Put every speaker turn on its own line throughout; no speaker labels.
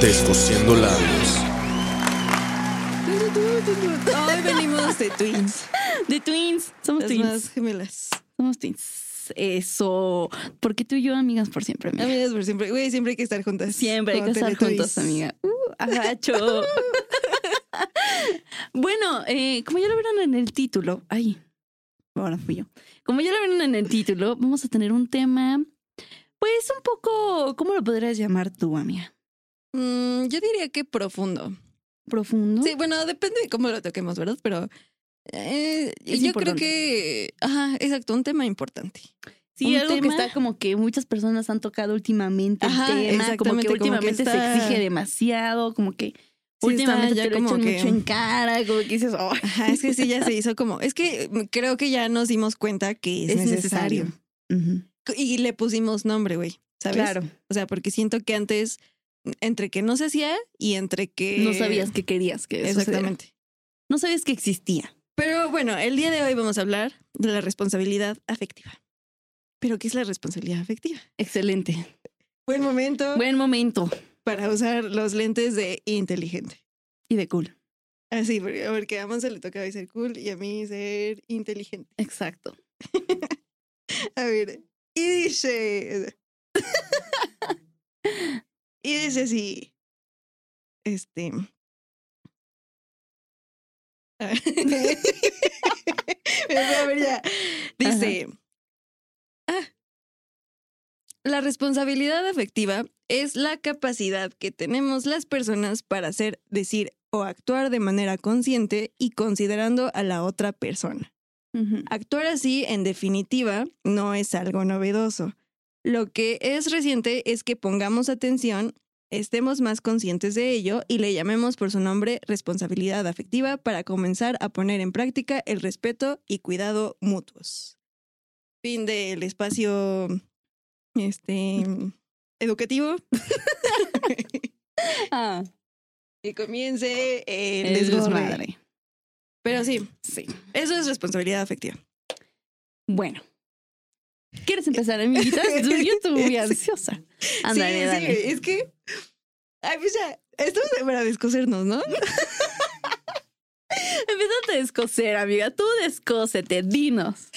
Descosiendo labios.
Hoy venimos de Twins.
De Twins. Somos
Las
Twins.
más gemelas.
Somos Twins. Eso. Porque tú y yo, amigas por siempre, amiga?
Amigas por siempre. Güey, siempre hay que estar juntas.
Siempre hay que
Como
estar
Teletubbies.
juntos, amiga. Uh, agacho. bueno, eh, como ya lo vieron en el título, ay, ahora fui yo. Como ya lo vieron en el título, vamos a tener un tema, pues un poco, ¿cómo lo podrías llamar tú, amiga?
Mm, yo diría que profundo.
Profundo.
Sí, bueno, depende de cómo lo toquemos, ¿verdad? Pero eh,
Es
yo creo
importante.
que. Ajá, exacto, un tema importante.
Sí,
un
algo que
tema.
está como que muchas personas han tocado últimamente el
Ajá,
tema, como
exactamente,
que
como que
últimamente
está-
se exige demasiado, como que
está
últimamente
ya
te lo
como
echan
que-
mucho en cara, como que dices, oh,
Ajá, es que sí, ya se hizo como. Es que mm, creo que ya nos dimos cuenta que es, necesario.
Ujú,
Y le pusimos nombre, güey. ¿Sabes?
Claro.
O sea, porque siento que antes, mm, entre que no se hacía y entre que.
No sabías que querías que eso sucediera.
Exactamente.
No sabías que existía.
Pero bueno, el día de hoy vamos a hablar de la responsabilidad afectiva. ¿Pero qué es la responsabilidad afectiva?
Excelente.
Buen momento
Buen momento.
para usar los lentes de inteligente.
Y de cool.
Así, porque, porque a Amon se le toca hoy ser cool y a mí ser inteligente.
Exacto.
A ver, y dice... y dice así... Este... A ver, a ver ya. Dice... Ah, la responsabilidad afectiva es la capacidad que tenemos las personas para hacer, decir o actuar de manera consciente y considerando a la otra persona. Actuar así, en definitiva, no es algo novedoso. Lo que es reciente es que pongamos atención, estemos más conscientes de ello y le llamemos por su nombre responsabilidad afectiva para comenzar a poner en práctica el respeto y cuidado mutuos. Fin del espacio este educativo
Ah,
y comience el
el
desmadre.
desmadre.
Pero sí,
Sí.
eso es responsabilidad afectiva.
Bueno. ¿Quieres empezar, amiguita? Yo estoy ansiosa. Ándale,
sí,
dale.
sí, es que. Ay, pues ya, estamos para descosernos, ¿no?
Empieza a descoser, amiga. Tú descósete, dinos.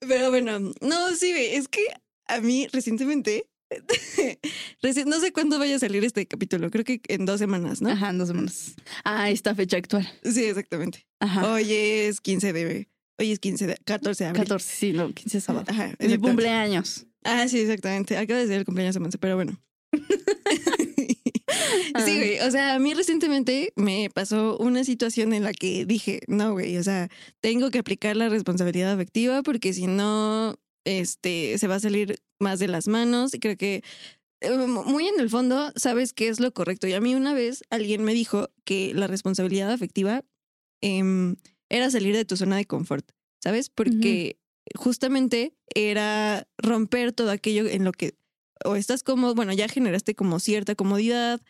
Pero bueno, no, sí, güey, es que a mí recientemente. reci- no sé cuándo vaya a salir este capítulo, creo que en dos semanas, ¿no?
Ajá, en dos semanas. Ah, esta fecha actual.
Sí, exactamente.
Ajá.
Hoy es 15 de. Hoy es 15 de. 14 de abril.
14, sí, no, 15 sábado.
Ajá,
Mi
exactamente.
cumpleaños.
Ah, sí, exactamente. Acaba de ser el cumpleaños de Monse, pero bueno. Sí, güey. O sea, a mí recientemente me pasó una situación en la que dije, no, güey, o sea, tengo que aplicar la responsabilidad afectiva porque si no, este, se va a salir más de las manos. Y creo que eh, muy en el fondo sabes qué es lo correcto. Y a mí una vez alguien me dijo que la responsabilidad afectiva em, era salir de tu zona de confort, ¿sabes? Porque justamente era romper todo aquello en lo que o estás como, bueno, ya generaste como cierta comodidad.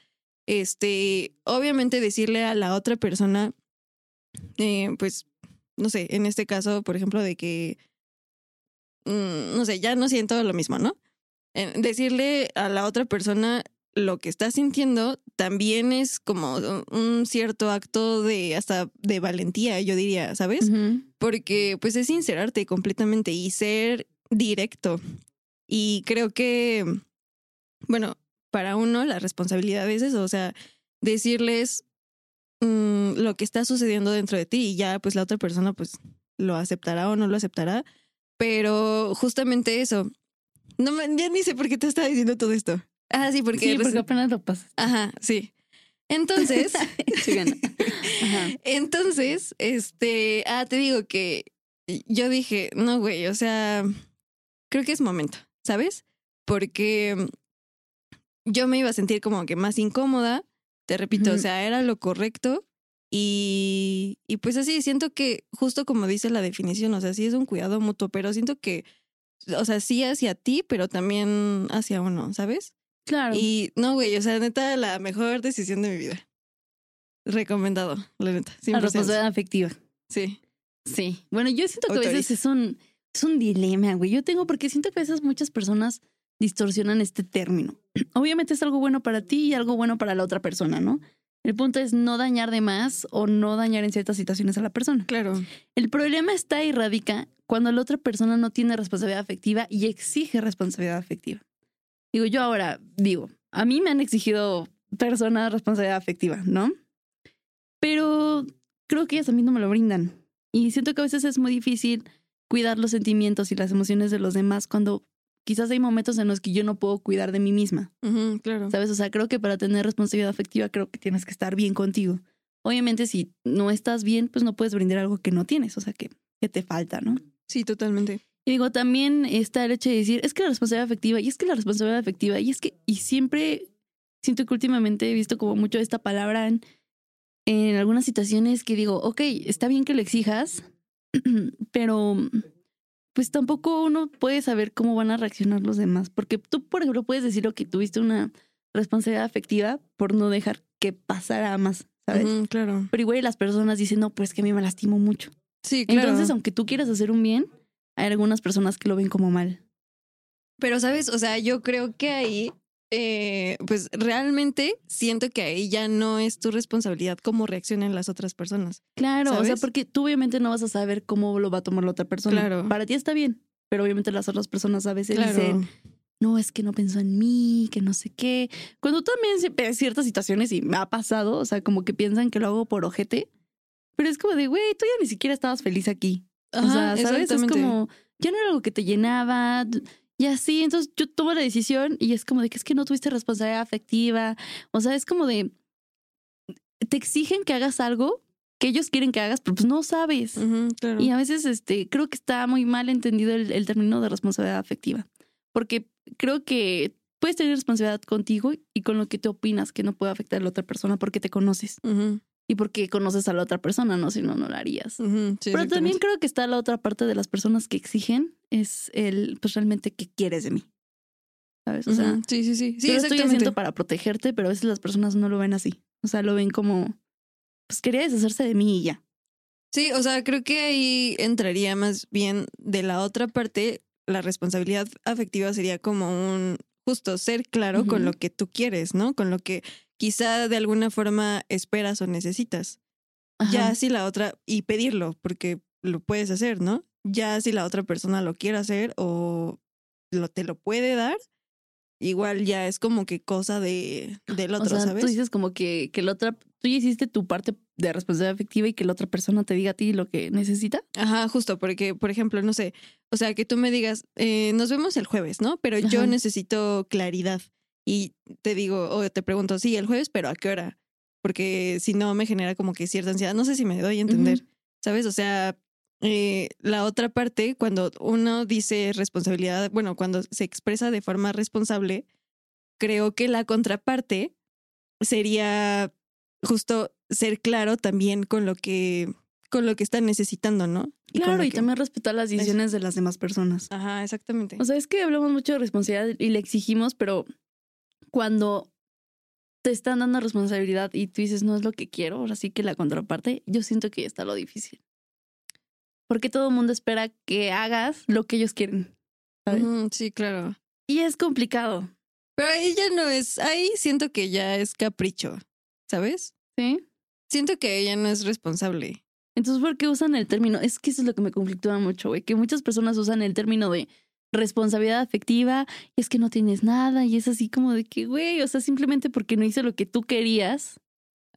Este, obviamente decirle a la otra persona, eh, pues, no sé, en este caso, por ejemplo, de que, mm, no sé, ya no siento lo mismo, ¿no? Eh, decirle a la otra persona lo que está sintiendo también es como un cierto acto de hasta de valentía, yo diría, ¿sabes?
Ujú.
porque pues es sincerarte completamente y ser directo. Y creo que, bueno, para uno la responsabilidad es eso, o sea, decirles mm, lo que está sucediendo dentro de ti y ya pues la otra persona pues lo aceptará o no lo aceptará, pero justamente eso. No, me- ya ni sé por qué te estaba diciendo todo esto. Ah, sí, porque...
Sí, porque apenas lo pasas.
Ajá, sí. Entonces...
Chingana. Ajá.
Entonces, este, ah, te digo que yo dije, no, güey, o sea, creo que es momento, ¿sabes? Porque yo me iba a sentir como que más incómoda, te repito, o
Ujú.
sea, era lo correcto. Y, y pues así, siento que justo como dice la definición, o sea, sí es un cuidado mutuo, pero siento que, o sea, sí hacia ti, pero también hacia uno, ¿sabes?
Claro.
Y no, güey, o sea, neta, la mejor decisión de mi vida. Recomendado, la neta.
la
100%.
responsabilidad afectiva.
Sí.
Sí. Bueno, yo siento que a veces
Autoriza.
es un, es un dilema, güey. Yo tengo, porque siento que a veces muchas personas distorsionan este término. Obviamente es algo bueno para ti y algo bueno para la otra persona, ¿no? El punto es no dañar de más o no dañar en ciertas situaciones a la persona.
Claro.
El problema está y radica cuando la otra persona no tiene responsabilidad afectiva y exige responsabilidad afectiva. Digo, yo ahora digo, a mí me han exigido personas responsabilidad afectiva, ¿no? Pero creo que ellas a mí no me lo brindan. Y siento que a veces es muy difícil cuidar los sentimientos y las emociones de los demás cuando quizás hay momentos en los que yo no puedo cuidar de mí misma.
Ujú, claro.
¿Sabes? O sea, creo que para tener responsabilidad afectiva creo que tienes que estar bien contigo. Obviamente si no estás bien, pues no puedes brindar algo que no tienes, o sea, que, que te falta, ¿no?
Sí, totalmente.
Y digo, también está el hecho de decir, es que la responsabilidad afectiva, y es que la responsabilidad afectiva, y es que, y siempre siento que últimamente he visto como mucho esta palabra en, en algunas situaciones que digo, ok, está bien que lo exijas, pero pues tampoco uno puede saber cómo van a reaccionar los demás, porque tú, por ejemplo, puedes decir lo que tuviste una responsabilidad afectiva por no dejar que pasara más, ¿sabes?
Ujú, claro.
Pero igual las personas dicen, no, pues es que a mí me lastimó mucho.
Sí, claro.
Entonces, aunque tú quieras hacer un bien, hay algunas personas que lo ven como mal.
Pero, ¿sabes? O sea, yo creo que ahí, eh, pues realmente siento que ahí ya no es tu responsabilidad cómo reaccionan las otras personas.
Claro, o sea,
¿Sabes?
porque tú obviamente no vas a saber cómo lo va a tomar la otra persona.
Claro.
Para ti está bien, pero obviamente las otras personas a veces dicen, no, es que no pensó en mí, que no sé qué. Cuando también se ve ciertas situaciones y me ha pasado, o sea, como que piensan que lo hago por ojete, pero es como de, güey, tú ya ni siquiera estabas feliz aquí. o sea,
Ajá,
¿sabes? Es
exactamente.
como, ya no era algo que te llenaba. Y así, entonces yo tomo la decisión y es como de que es que no tuviste responsabilidad afectiva. O sea, es como de, te exigen que hagas algo que ellos quieren que hagas, pero pues no sabes.
Ujú, claro.
Y a veces este, creo que está muy mal entendido el, el término de responsabilidad afectiva, porque creo que puedes tener responsabilidad contigo y con lo que te opinas que no puede afectar a la otra persona porque te conoces
Ujú,
y porque conoces a la otra persona, ¿no? Si no, no lo harías.
ujú, sí,
Pero también
exactamente.
creo que está la otra parte de las personas que exigen, es el, pues realmente, ¿qué quieres de mí? ¿Sabes? O sea,
Ujú, sí, sí, sí. Sí,
yo lo estoy haciendo
exactamente.
para protegerte, pero a veces las personas no lo ven así. O sea, lo ven como, pues quería deshacerse de mí y ya.
Sí, o sea, creo que ahí entraría más bien de la otra parte, la responsabilidad afectiva sería como un justo ser claro con
Ujú.
lo que tú quieres, ¿no? Con lo que quizá de alguna forma esperas o necesitas. Ya si la otra, y pedirlo, porque lo puedes hacer, ¿no? Ya si la otra persona lo quiere hacer o lo, te lo puede dar, igual ya es como que cosa de, del otro,
o sea,
¿sabes?
tú dices como que, que la otra, tú ya hiciste tu parte de responsabilidad afectiva y que la otra persona te diga a ti lo que necesita.
Ajá, justo, porque, por ejemplo, no sé, o sea, que tú me digas, eh, nos vemos el jueves, ¿no? Pero yo
Ajá.
necesito claridad y te digo, o te pregunto, sí, el jueves, pero ¿a qué hora? Porque si no, me genera como que cierta ansiedad, no sé si me doy a entender, ¿sabes? O sea, eh, la otra parte, cuando uno dice responsabilidad, bueno, cuando se expresa de forma responsable, creo que la contraparte sería justo ser claro también con lo que con lo que están necesitando, ¿no? Y con
Claro,
lo
y
que-
también respetar las decisiones de las demás personas.
Ajá, exactamente.
O sea, es que hablamos mucho de responsabilidad y le exigimos, pero cuando te están dando responsabilidad y tú dices, no es lo que quiero, ahora sí que la contraparte, yo siento que ya está lo difícil. Porque todo el mundo espera que hagas lo que ellos quieren. ¿sabes?
Ujú, sí, claro.
Y es complicado,
Pero ahí ya no es, ahí siento que ya es capricho, ¿sabes?
¿sí?
Siento que ella no es responsable.
Entonces, ¿por qué usan el término? Es que eso es lo que me conflictúa mucho, güey. Que muchas personas usan el término de responsabilidad afectiva y es que no tienes nada y es así como de que, güey, o sea, simplemente porque no hice lo que tú querías,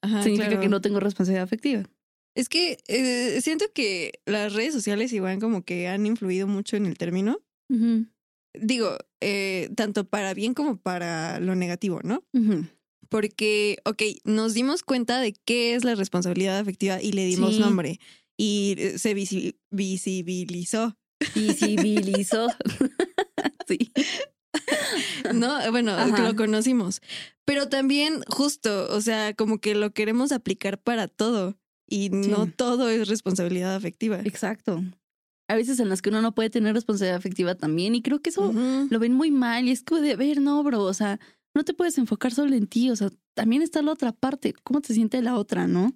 Ajá,
significa
Ah, claro.
que no tengo responsabilidad afectiva.
Es que eh, siento que las redes sociales igual como que han influido mucho en el término.
Ujú,
Digo, eh, tanto para bien como para lo negativo, ¿no?
ujú.
porque, ok, nos dimos cuenta de qué es la responsabilidad afectiva y le dimos
Sí.
nombre. y eh, se visi- visibilizó.
Visibilizó. sí.
No, bueno,
Ajá.
lo conocimos. Pero también, justo, o sea, como que lo queremos aplicar para todo. Y no todo es responsabilidad afectiva.
Exacto. A veces en las que uno no puede tener responsabilidad afectiva también. Y creo que eso
Ujú.
lo ven muy mal. Y es como de, a ver, no, bro, o sea, no te puedes enfocar solo en ti. O sea, también está la otra parte. ¿Cómo te siente la otra, no?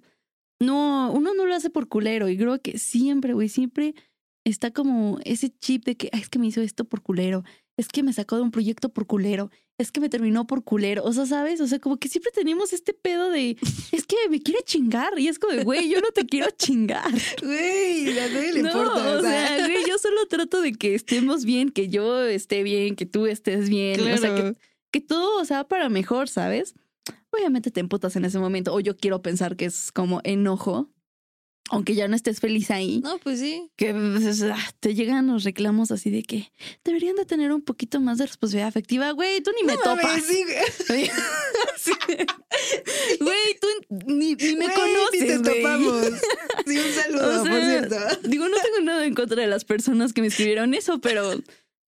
No, uno no lo hace por culero. Y creo que siempre, güey, siempre está como ese chip de que, "Ay, es que me hizo esto por culero. Es que me sacó de un proyecto por culero. Es que me terminó por culero. O sea, ¿sabes? O sea, como que siempre tenemos este pedo de, es que me quiere chingar. Y es como de, güey, yo no te quiero chingar.
Güey, a nadie le
No,
importa.
o sea, güey, yo solo trato de que estemos bien, que yo esté bien, que tú estés bien, o sea, que,
claro.
que todo sea para mejor, ¿sabes? Obviamente te emputas en ese momento, o yo quiero pensar que es como enojo, aunque ya no estés feliz ahí,
No, pues sí.
que pues, ah, te llegan los reclamos así de que deberían de tener un poquito más de responsabilidad afectiva, güey, tú ni me
Mames,
topas,
sí, güey.
Sí. güey, tú ni, ni me
Güey,
conoces,
ni te
güey.
topamos. Sí, un saludo,
O sea,
por cierto.
Digo, no tengo nada en contra de las personas que me escribieron eso, pero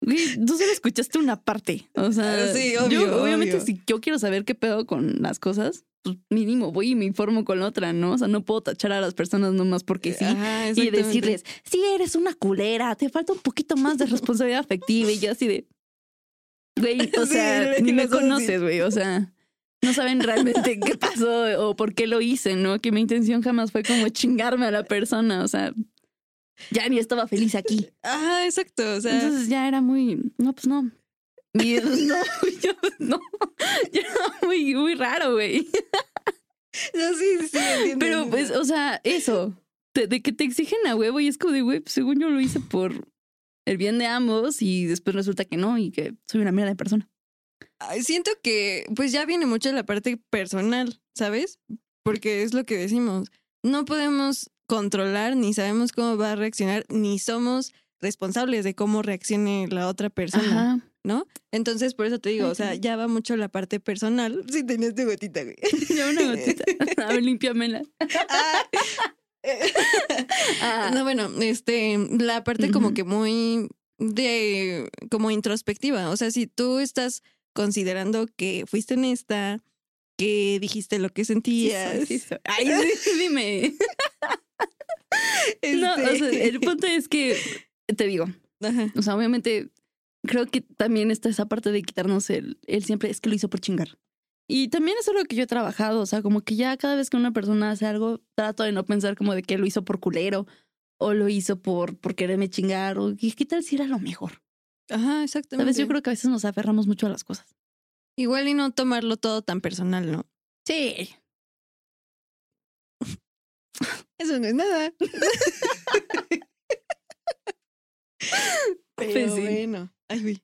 güey, tú solo escuchaste una parte. O sea,
Ah, Sí,
yo,
obvio,
obviamente,
obvio.
si yo quiero saber qué pedo con las cosas, pues mínimo voy y me informo con la otra, ¿no? O sea, no puedo tachar a las personas nomás porque sí.
Ajá,
y
exactamente.
decirles, sí, eres una culera, te falta un poquito más de responsabilidad afectiva. Y yo así de, güey, o
Sí,
sea,
güey,
ni me
las cosas así.
conoces, güey, o sea. No saben realmente qué pasó o por qué lo hice, ¿no? Que mi intención jamás fue como chingarme a la persona, o sea, ya ni estaba feliz aquí.
Ajá, exacto. O sea,
Entonces ya era muy, no, pues no. Y, no, yo, no, ya era muy, muy raro, güey.
no, sí, sí, sí, entiendo,
Pero
entiendo.
pues, o sea, eso, de, de que te exigen a huevo y es como de, güey, pues, según yo lo hice por el bien de ambos y después resulta que no y que soy una mierda de persona.
Ay, siento que pues ya viene mucho la parte personal, ¿sabes? Porque es lo que decimos. No podemos controlar, ni sabemos cómo va a reaccionar, ni somos responsables de cómo reaccione la otra persona.
Ajá.
Entonces, por eso te digo, o sea, ya va mucho la parte personal. Sí, tenías tu gotita, güey.
Ya una gotita. A ver, límpiamela.
Ah,
Ah,
No, bueno, este, la parte como
Ujú.
que muy de, como introspectiva. O sea, si tú estás considerando que fuiste honesta, que dijiste lo que
sí
sentías.
soy, sí soy. Ay, sí, dime. No, o sea,
este,
el punto es que, te digo,
ajá.
o sea, obviamente creo que también está esa parte de quitarnos el, el siempre es que lo hizo por chingar. Y también es algo que yo he trabajado, o sea, como que ya cada vez que una persona hace algo, trato de no pensar como de que lo hizo por culero o lo hizo por, por quererme chingar o "Y qué tal si era lo mejor.
Ajá, exactamente.
Sabes, yo creo que a veces nos aferramos mucho a las cosas.
Igual y no tomarlo todo tan personal, ¿no?
Sí.
Eso no es nada. Pero
Pues sí.
bueno. Ay, güey.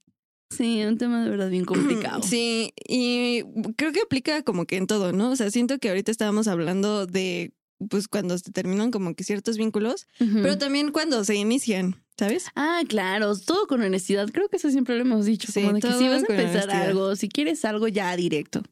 Sí, un tema de verdad bien complicado.
Sí, y creo que aplica como que en todo, ¿no? O sea, siento que ahorita estábamos hablando de, pues, cuando se terminan como que ciertos vínculos,
Ujú.
pero también cuando se inician, ¿sabes?
Ah, claro, todo con honestidad. Creo que eso siempre lo hemos dicho.
Sí,
como de que si
todo
vas a
con
empezar
honestidad.
algo, si quieres algo ya directo.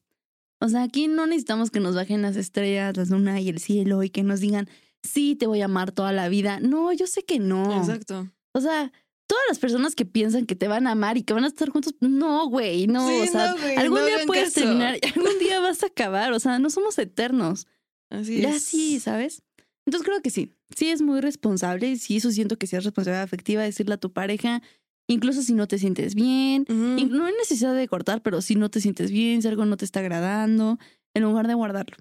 O sea, aquí no necesitamos que nos bajen las estrellas, la luna y el cielo y que nos digan, sí, te voy a amar toda la vida. No, yo sé que no.
Exacto.
O sea, todas las personas que piensan que te van a amar y que van a estar juntos, no, güey, no.
Sí,
o sea,
no, güey,
algún
no
día
hagan
puedes
caso.
terminar, y algún día vas a acabar. O sea, no somos eternos.
Así
Ya
es.
sí, ¿sabes? Entonces creo que sí. Sí es muy responsable. Sí, eso siento que sí es responsabilidad afectiva decirle a tu pareja, incluso si no te sientes bien.
Ujú.
in- No hay necesidad de cortar, pero si no te sientes bien, si algo no te está agradando, en lugar de guardarlo.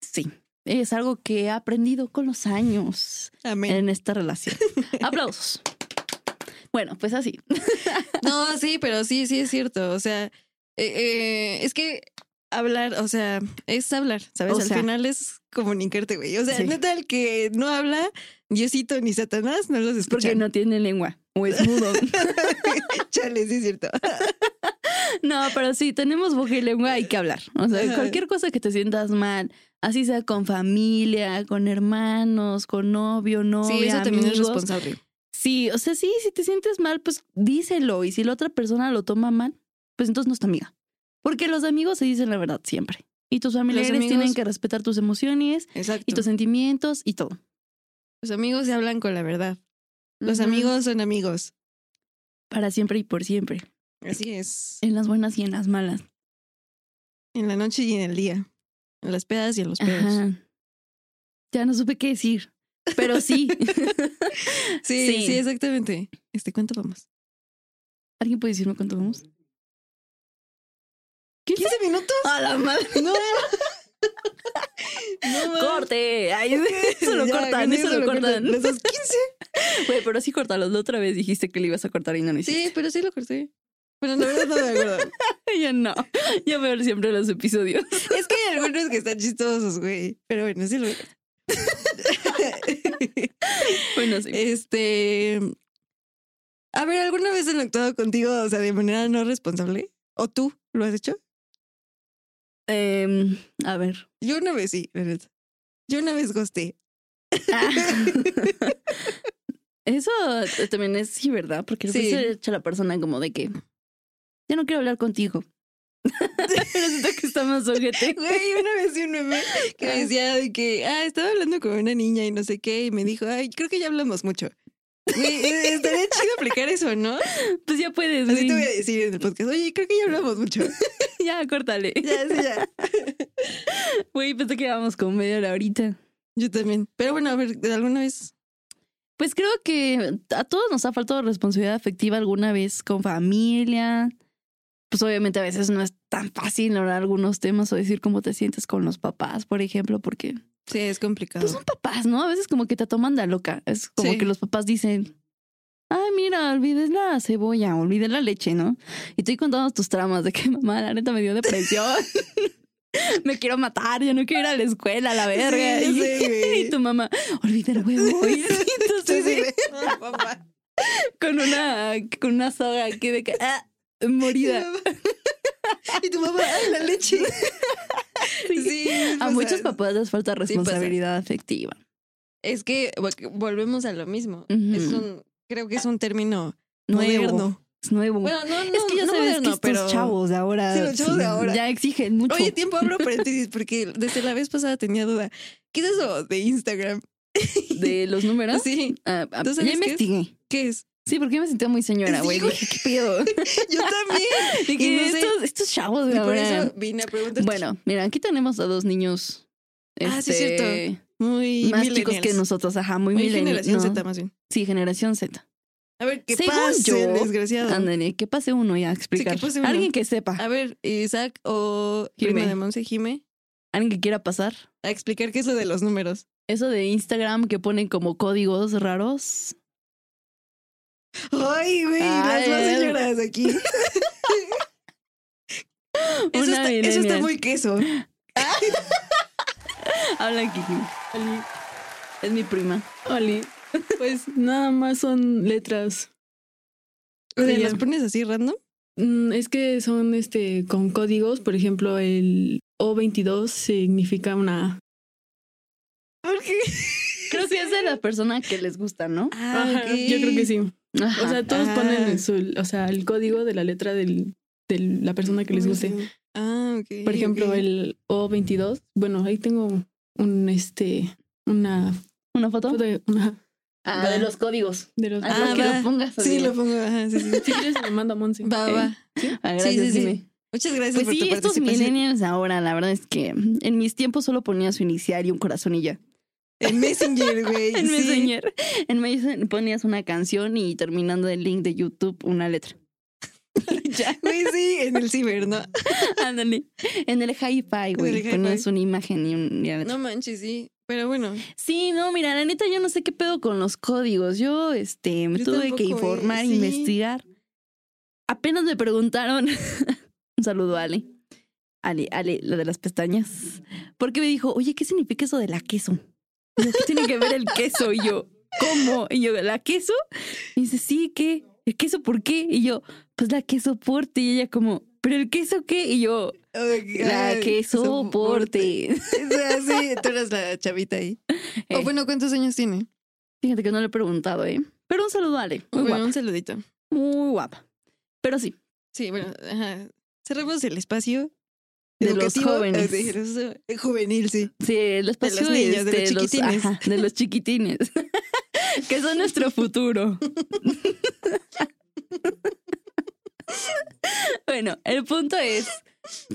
Sí, es algo que he aprendido con los años
Amén.
en esta relación. Aplausos. Bueno, pues así.
No, sí, pero sí, sí es cierto. O sea, eh, eh, es que hablar, o sea, es hablar, ¿sabes?
O
Al
sea.
final es comunicarte, güey. O sea,
Sí.
neta, el que no habla, Diosito ni Satanás no los
Porque
escuchan.
no tiene lengua o es mudo.
Chale, sí es cierto.
No, pero sí, tenemos boca y lengua, hay que hablar. O sea,
Ajá.
cualquier cosa que te sientas mal, así sea con familia, con hermanos, con novio, novia,
sí, eso también es
amigos.
responsable.
Sí, o sea, sí, si te sientes mal, pues díselo. Y si la otra persona lo toma mal, pues entonces no es tu amiga. Porque los amigos se dicen la verdad siempre. Y tus familiares
amigos-
tienen que respetar tus emociones
Exacto.
y tus sentimientos y todo.
Los amigos se hablan con la verdad. Los
Ujú.
amigos son amigos.
Para siempre y por siempre.
Así es.
En las buenas y en las malas.
En la noche y en el día. En las pedas y en los pedos.
Ajá. Ya no supe qué decir. Pero sí.
Sí,
Sí.
sí, exactamente. Este, ¿cuánto vamos?
¿Alguien puede decirme cuánto vamos?
¿15 minutos?
A la madre.
No. no mames.
¡Corte! Ay, eso lo
Ya,
cortan,
con
eso lo cortan.
¿Los dos 15?
Güey, pero sí cortalo. La otra vez dijiste que le ibas a cortar y no lo
Sí,
hiciste.
pero sí lo corté. Pero la verdad no me acuerdo.
Ya no. Ya veo siempre los episodios.
Es que hay algunos que están chistosos, güey. Pero bueno, sí lo voy a-
Bueno, sí.
Este. A ver, ¿alguna vez han actuado contigo, o sea, de manera no responsable? ¿O tú lo has hecho?
Em, a ver.
Yo una vez sí, la neta. Yo una vez gosté.
Ah. Eso eh, también es sí, ¿verdad? Porque le
Sí.
fuiste hecho a la persona como de que ya no quiero hablar contigo. Resulta que está más ojete.
Güey, una vez sí un meme que me decía de que, ah, estaba hablando con una niña y no sé qué, y me dijo, ay, creo que ya hablamos mucho. Güey, eh, estaría chido aplicar eso, ¿no?
Pues ya puedes.
Así
sí.
te voy a decir en el podcast, oye, creo que ya hablamos mucho.
Ya, córtale.
Ya, sí, ya.
Güey, pensé que íbamos con media hora ahorita.
Yo también. Pero bueno, a ver, ¿alguna vez?
Pues creo que a todos nos ha faltado responsabilidad afectiva alguna vez con familia. Pues obviamente a veces no es tan fácil hablar algunos temas o decir cómo te sientes con los papás, por ejemplo, porque
Sí, es complicado.
pues son papás, ¿no? A veces como que te toman de loca. Es como
Sí.
que los papás dicen, ay, mira, olvides la cebolla, olvides la leche, ¿no? Y estoy contando tus tramas de que mamá, la neta me dio depresión. me quiero matar, yo no quiero ir a la escuela, a la verga.
ya
Y-
sé, güey.
y tu mamá, olvida el huevo. Y entonces,
Sí, sí, sí. Papá.
con una, con una soga aquí de que, ah, morida.
Y tu mamá, ay, la leche.
Sí. A
pasa.
muchos papás les falta responsabilidad afectiva.
Es que vo- volvemos a lo mismo.
Ujú.
Es un, creo que es un término
Nuevo.
moderno.
Es nuevo.
Bueno, no, no,
es que ya
no
sabes
moderno,
que estos
pero-
chavos de ahora,
Sí, los chavos de ahora.
ya exigen mucho.
Oye, tiempo, abro paréntesis porque desde la vez pasada tenía duda. ¿Qué es eso de Instagram?
de los números.
Sí,
Ah, ah,
¿Tú
ya
sabes qué es?
investigué.
¿qué es?
Sí, porque yo me sentía muy señora,
Sí,
güey.
güey.
Dije, ¿Qué pedo?
Yo también.
Dije,
Y no sé.
estos, estos chavos de
Y por
ahora.
eso vine a preguntar.
Bueno, mira, aquí tenemos a dos niños.
Ah, sí, es cierto.
este,
muy
Más chicos que
millennials.
nosotros, ajá, muy,
Muy
millennial,
generación
no.
Z más bien.
Sí, generación Z.
A ver, ¿qué
Según
pasa,
yo,
desgraciado?
Ándale, que pase uno ya a explicar.
que pase uno.
Alguien que sepa,
A ver, Isaac o
Jime.
prima de Monse Jime,
alguien que quiera pasar.
a explicar qué es lo de los números.
Eso de Instagram que ponen como códigos raros.
Ay, güey,
Ay,
las más
ay.
señoras aquí.
Una
Eso está, eso está
millennial.
muy queso.
Habla aquí.
Oli,
Es mi prima.
Oli, pues nada más son letras.
O sea,
Sí,
¿Las
ya.
pones así random?
Mm, Es que son este con códigos, por ejemplo, el O22 significa una
¿Por qué?
Creo que es de la persona que les gusta, ¿no?
Ajá, Yo creo que sí. O sea, todos
Ah.
ponen su, o sea, el código de la letra del, de la persona que les guste.
Ah, ok.
Por ejemplo,
ok.
el O22, bueno, ahí tengo un este una
¿Una foto?
foto de, una-
Ah, de los códigos.
de los
Ah,
Ah,
que
va.
lo pongas.
Sí,
amigo.
lo Ah, pongo. Ajá, sí, sí. sí.
si quieres me mando a Monse.
Va,
Ok.
va.
Ah,
Sí,
gracias,
sí, sí.
dime.
Muchas gracias
Pues
por
sí,
tu
estos
participación.
millennials ahora, la verdad es que en mis tiempos solo ponía su inicial y un corazón y ya.
En Messenger, güey.
En
sí.
Messenger. En Messenger ponías una canción y terminando el link de YouTube, una letra. ya,
Güey, sí, en el ciber, ¿no?
ándale. En el hi-fi, güey.
hi-fi.
Ponías una imagen y un- y una letra.
No manches, sí. Pero bueno,
Sí, no, mira, la neta, yo no sé qué pedo con los códigos. Yo, este, me
Yo
tuve que
tampoco,
informar,
eh, sí.
investigar. Apenas me preguntaron. Un saludo a Ale. Ale, Ale, la de las pestañas. Porque me dijo, oye, ¿qué significa eso de la queso? Y yo, ¿Qué tiene que ver el queso? Y yo, ¿cómo? Y yo, ¿la queso? Y dice, sí, ¿qué? ¿El queso por qué? Y yo, pues la que soporte. Y ella como, ¿pero el queso qué? Y yo, la que soporte.
O sea, sí, tú eres la chavita ahí. O
Eh.
bueno, ¿cuántos años tiene?
Fíjate que no le he preguntado, ¿eh? Pero un saludo a Ale. Muy
Bueno,
guapa.
un saludito.
Muy guapa. Pero sí,
Sí, bueno, ajá. cerremos el espacio
de los
educativo,
jóvenes.
eh, de los- juvenil, sí.
Sí, el espacio este,
los niños, de los chiquitines.
ajá, de los chiquitines. que son nuestro futuro. bueno, el punto es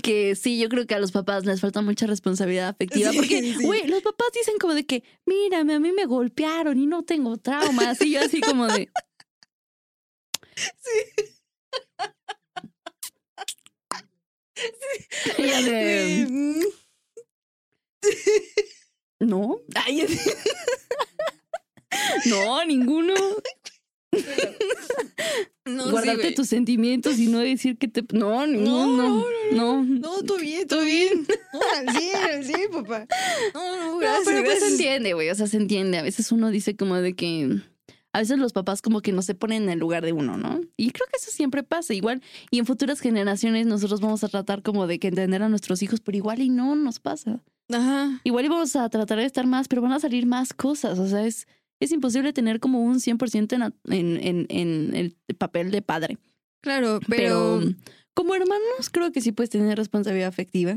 que sí, yo creo que a los papás les falta mucha responsabilidad afectiva.
Sí,
porque,
sí.
güey, los papás dicen como de que, mírame, a mí me golpearon y no tengo traumas. Y yo así como de... Sí. Ella de...
Mm,
No. Ay, no, ninguno.
no, sí,
Guardarte
güey.
tus sentimientos y no decir que te. No, ninguno. No, no.
No, todo bien, todo bien. Ah, No, al 100, al 100, papá. No, no, gracias.
pero pues se
gracias.
entiende, güey. O sea, se entiende. A veces uno dice como de que. A veces los papás como que no se ponen en el lugar de uno, ¿no? Y creo que eso siempre pasa. Igual, y en futuras generaciones nosotros vamos a tratar como de que entender a nuestros hijos, pero igual y no nos pasa.
Ajá.
Igual íbamos a tratar de estar más, pero van a salir más cosas. O sea, es, es imposible tener como un 100% en, a- en, en, en el papel de padre.
Claro,
Pero,
pero,
como hermanos, creo que sí puedes tener responsabilidad afectiva.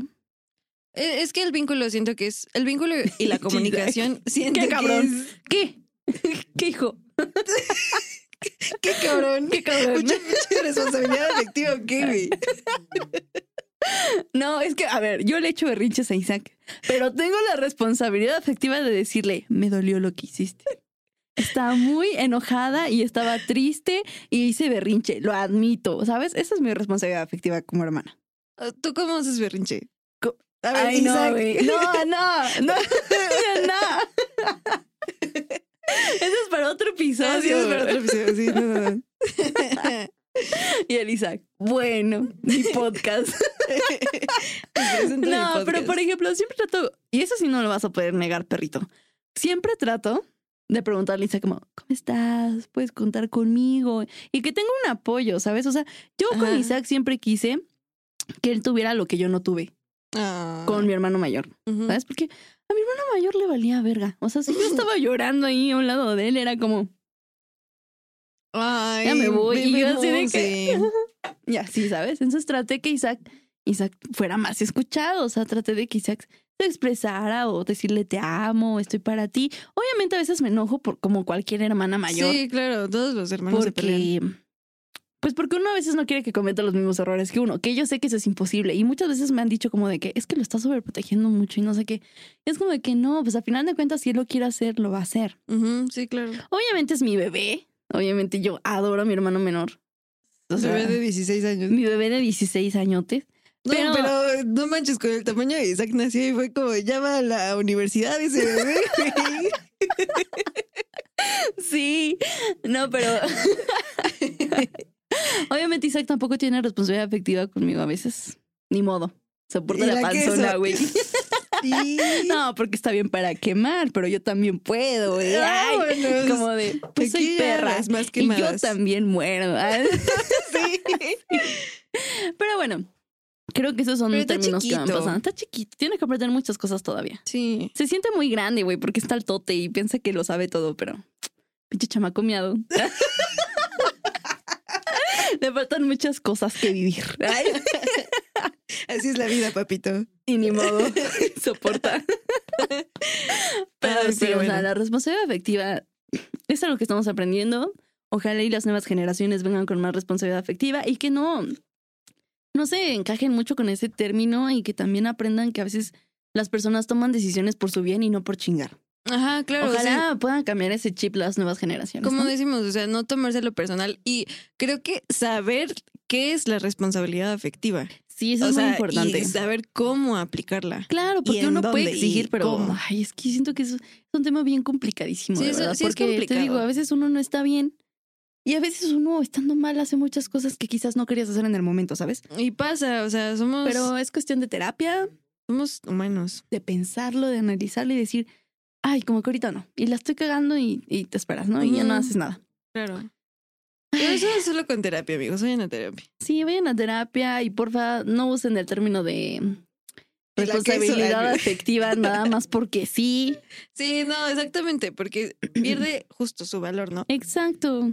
e- es que el vínculo siento que es el vínculo y la comunicación siento
Qué cabrón.
que es-
¿Qué? ¿Qué hijo?
qué cabrón.
¿Qué cabrón?
Mucha, mucha responsabilidad afectiva, ¿o ¿qué, güey?
No, es que, a ver, yo le echo berrinches a Isaac, pero tengo la responsabilidad afectiva de decirle, me dolió lo que hiciste. Estaba muy enojada y estaba triste y hice berrinche, lo admito, ¿sabes? Esa es mi responsabilidad afectiva como hermana.
Ah, ¿Tú cómo haces berrinche?
Co-
A ver,
Ay,
Isaac.
no, güey. No, no, no, no, no. Eso es para otro
Ah, sí,
episodio.
es para otro episodio, sí, no, no, no.
Y el Isaac, bueno, mi podcast.
Presenta mi
no, pero
podcast.
por ejemplo, siempre trato, y eso sí no lo vas a poder negar, perrito. Siempre trato de preguntarle a Isaac como, ¿cómo estás? ¿Puedes contar conmigo? Y que tenga un apoyo, ¿sabes? O sea, yo con
Ajá.
Isaac siempre quise que él tuviera lo que yo no tuve
Ah.
con mi hermano mayor.
Ujú.
¿Sabes? Porque a mi hermano mayor le valía verga. O sea, si yo estaba llorando ahí a un lado de él, era como,
Ay,
Ya me voy, y yo
bebé
así de
Monse.
que- ya, sí, ¿sabes? Entonces traté que Isaac, Isaac fuera más escuchado. O sea, traté de que Isaac se expresara o decirle te amo, estoy para ti. Obviamente a veces me enojo por, como cualquier hermana mayor.
Sí, claro, todos los hermanos se pelean.
porque... Pues porque uno a veces no quiere que cometa los mismos errores que uno, que yo sé que eso es imposible. Y muchas veces me han dicho como de que es que lo está sobreprotegiendo mucho y no sé qué. Y es como de que no, pues a final de cuentas, si él lo quiere hacer, lo va a hacer.
Ujú, sí, claro.
Obviamente es mi bebé. Obviamente yo adoro a mi hermano menor. O sea,
Se ve de 16 años.
mi bebé de 16 añotes.
No,
pero-
pero, no manches, con el tamaño de Isaac nació y fue como, ya va a la universidad ese bebé. güey.
Sí. No, pero. Obviamente Isaac tampoco tiene responsabilidad afectiva conmigo a veces. Ni modo. Se porta
Y
la,
la
panzona,
queso.
güey.
Y...
No, porque está bien para quemar, pero yo también puedo, güey.
Ah,
Ay,
Vámonos.
como de, pues soy
Aquí
perra.
arras más
Y yo
quemadas.
también muero. Ay,
Sí.
Pero bueno, creo que esos son
Pero está
términos que van
chiquito.
pasando. Está chiquito. Tiene que aprender muchas cosas todavía.
Sí.
Se siente muy grande, güey, porque está al tote y piensa que lo sabe todo, pero pinche chamaco miado. Le faltan muchas cosas que vivir. Ay,
Así es la vida, papito.
y ni modo soportar. Pero sí,
Ay, pero
o sea,
bueno.
la responsabilidad afectiva es algo que estamos aprendiendo. Ojalá y las nuevas generaciones vengan con más responsabilidad afectiva y que no, no se encajen mucho con ese término y que también aprendan que a veces las personas toman decisiones por su bien y no por chingar.
Ajá, claro.
Ojalá puedan cambiar ese chip las nuevas generaciones.
como
¿no?
decimos, o sea, no tomárselo personal y creo que saber qué es la responsabilidad afectiva.
Sí, eso
o
es
sea,
muy importante.
Y saber cómo aplicarla.
Claro,
¿Y
porque
en
uno puede
dónde? ¿Y
exigir, pero
cómo?
ay, es que siento que es es un tema bien complicadísimo,
Sí,
de
eso-
verdad,
sí es
porque te
complicado.
digo, a veces uno no está bien y a veces uno estando mal hace muchas cosas que quizás no querías hacer en el momento, ¿sabes?
Y pasa, o sea, somos,
Pero es cuestión de terapia,
somos humanos.
de pensarlo, de analizarlo y decir, ay, como que ahorita no, y la estoy cagando y, y te esperas, ¿no? Y ya no
Ujú.
haces nada.
Claro. Pero eso es solo con terapia, amigos. Vayan a terapia.
Sí, vayan a terapia y porfa, no usen el término de
De la eh, que hizo
responsabilidad
daño.
afectiva nada más porque sí.
Sí, no, exactamente, porque pierde justo su valor, ¿no?
Exacto.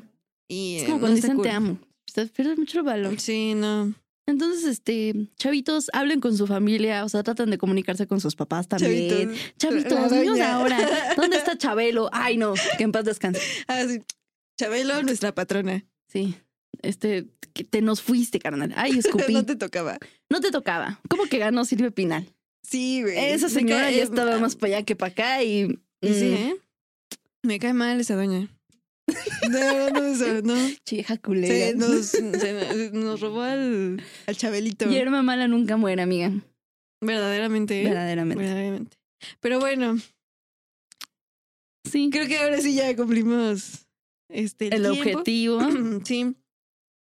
Y
Es
eh,
como
no
cuando
está
dicen
cool.
te amo. Te pierdes mucho el valor.
Sí, no.
Entonces, este, chavitos, hablen con su familia, o sea, tratan de comunicarse con sus papás también. Chavitos,
La doña.
niños de ahora, ¿dónde está Chabelo? Ay, no, que en paz descanse.
Ah, sí. Chabelo, nuestra patrona.
Sí, este, que te nos fuiste, carnal. Ay, escupí.
No te tocaba.
No te tocaba. ¿Cómo que ganó Silvia Pinal?
Sí, güey. ah,
Esa
Me
señora
cae-
ya estaba más para allá que para acá y...
Y Sí,
mm,
¿eh? Me cae mal esa doña. No, no, no, no.
Chija
Se
culera.
nos, se nos robó al, al Chabelito.
Y herma mala nunca muere, amiga.
Verdaderamente. ¿eh?
Verdaderamente.
Verdaderamente. Pero bueno,
Sí,
creo que ahora sí ya cumplimos este,
el
tiempo.
objetivo.
Sí.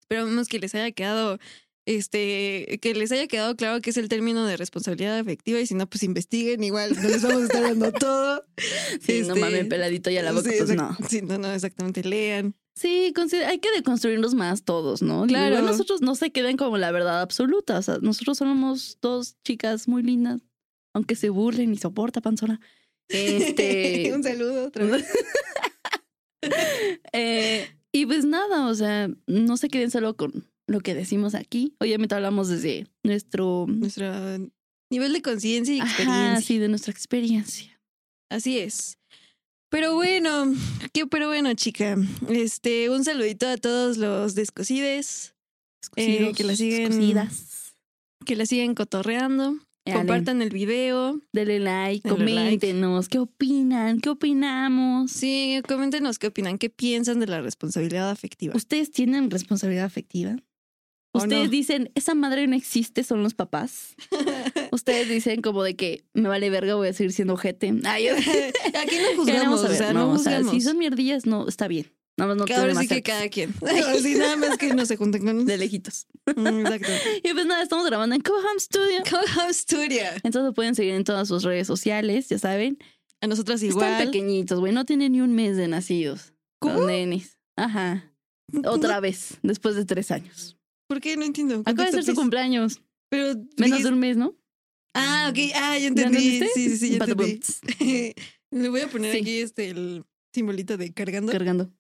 Esperamos que les haya quedado, este, que les haya quedado claro que es el término de responsabilidad afectiva y si no, pues investiguen igual, no les vamos a estar dando todo.
Sí, no
Este,
mames, peladito ya la boca,
sí,
pues
exact-
no.
Sí, no, no, exactamente, lean.
Sí, consider- hay que deconstruirnos más todos, ¿no? Digo,
Claro.
nosotros no se queden como la verdad absoluta. O sea, nosotros somos dos chicas muy lindas, aunque se burlen y soporta, panzona. Este.
Un saludo otra vez.
Eh, y pues nada, o sea, no se queden solo con lo que decimos aquí. Obviamente hablamos desde nuestro.
mm, Nuestro nivel de conciencia y experiencia.
Ajá, sí, de nuestra experiencia.
Así es. Pero bueno, qué pero bueno, chica. Este, un saludito a todos los descosides, Eh, que la siguen-
Escocidas.
que la siguen cotorreando,
Dale,
compartan el video.
Denle like,
Denle like.
coméntenos. ¿Qué opinan? ¿Qué opinamos?
Sí, coméntenos qué opinan, qué piensan de la responsabilidad afectiva.
¿Ustedes tienen responsabilidad afectiva?
¿O
¿Ustedes
no?
dicen, esa madre no existe, son los papás? ¿Ustedes dicen como de que me vale verga, voy a seguir siendo ojete? Ay,
Aquí no
queremos
juzgamos, o
saber,
sea,
no,
no,
o sea,
juzgamos.
si son mierdillas, no, está bien. Nada más no
Que
te
Ahora sí
demasiado
que cada quien. Así nada más que no se junten con
de lejitos.
Mm, Exacto.
Y pues nada, estamos grabando en Coham Studio.
Co-House Studio.
Entonces pueden seguir en todas sus redes sociales, ya saben.
A nosotras
Están
igual.
pequeñitos, güey, no tienen ni un mes de nacidos.
¿Cómo?
Los nenes. Ajá. Otra vez, después de tres años.
¿Por qué? No entiendo.
Acaba de ser su
Contéstame.
cumpleaños.
Pero
Menos
dijiste-
de un mes, ¿no?
Ah, ok. Ah, ya
¿Ya
entendí.
entendiste?
Sí, sí, sí, ya
Patabum.
entendí. Le voy a poner
Sí.
aquí este el simbolito de cargando.
Cargando.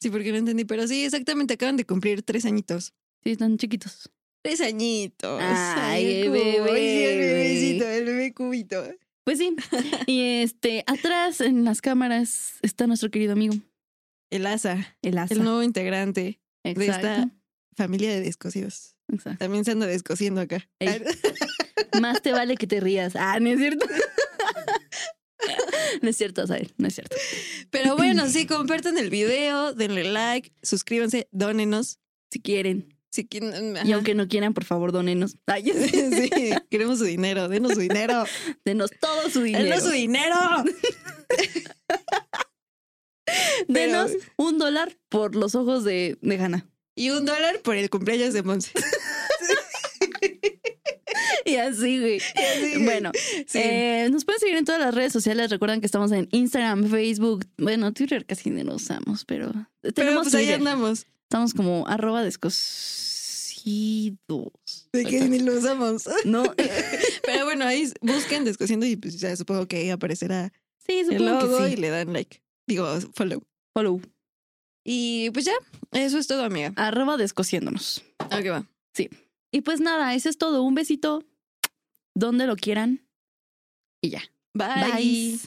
sí, porque no entendí. Pero sí, exactamente. Acaban de cumplir tres añitos.
Sí, están chiquitos.
Tres añitos.
Ay,
el
el
cubo.
bebé.
Sí, el bebecito, el bebé cubito.
Pues sí. Y este, atrás en las cámaras está nuestro querido amigo,
El asa,
el Asa.
el nuevo integrante.
Exacto.
esta- Familia de descosidos.
Exacto.
También se anda descosiendo acá. Ah,
Ey. Más te vale que te rías. Ah, no es cierto. No es cierto, Asael, no es cierto.
Pero bueno, sí, compartan el video, denle like, suscríbanse, dónenos.
Si quieren.
Si quieren,
Y
ajá.
aunque no quieran, por favor, donenos. Ay, ya sé.
Sí, queremos su dinero, denos su dinero.
denos todo su dinero.
¡Denos su dinero!
Denos
Pero-
un dólar por los ojos de, de Hannah.
Y un dólar por el cumpleaños de Monse.
Y así, güey.
Así,
Bueno,
sí.
eh, nos pueden seguir en todas las redes sociales. Recuerdan que estamos en Instagram, Facebook. Bueno, Twitter casi ni lo usamos, pero
pero
tenemos
pues ahí
Twitter.
andamos.
Estamos como arroba descosidos.
De que ni lo usamos.
No, eh,
Pero bueno, ahí busquen Descosiendo y pues ya supongo que ahí aparecerá
sí,
el
supongo
logo
que
y
sí.
le dan like. Digo, follow.
Follow.
Y pues ya, eso es todo, amiga.
Arroba descosiéndonos.
Ok, va.
Y pues nada, eso es todo. Un besito donde lo quieran. Y ya.
Bye.
Bye.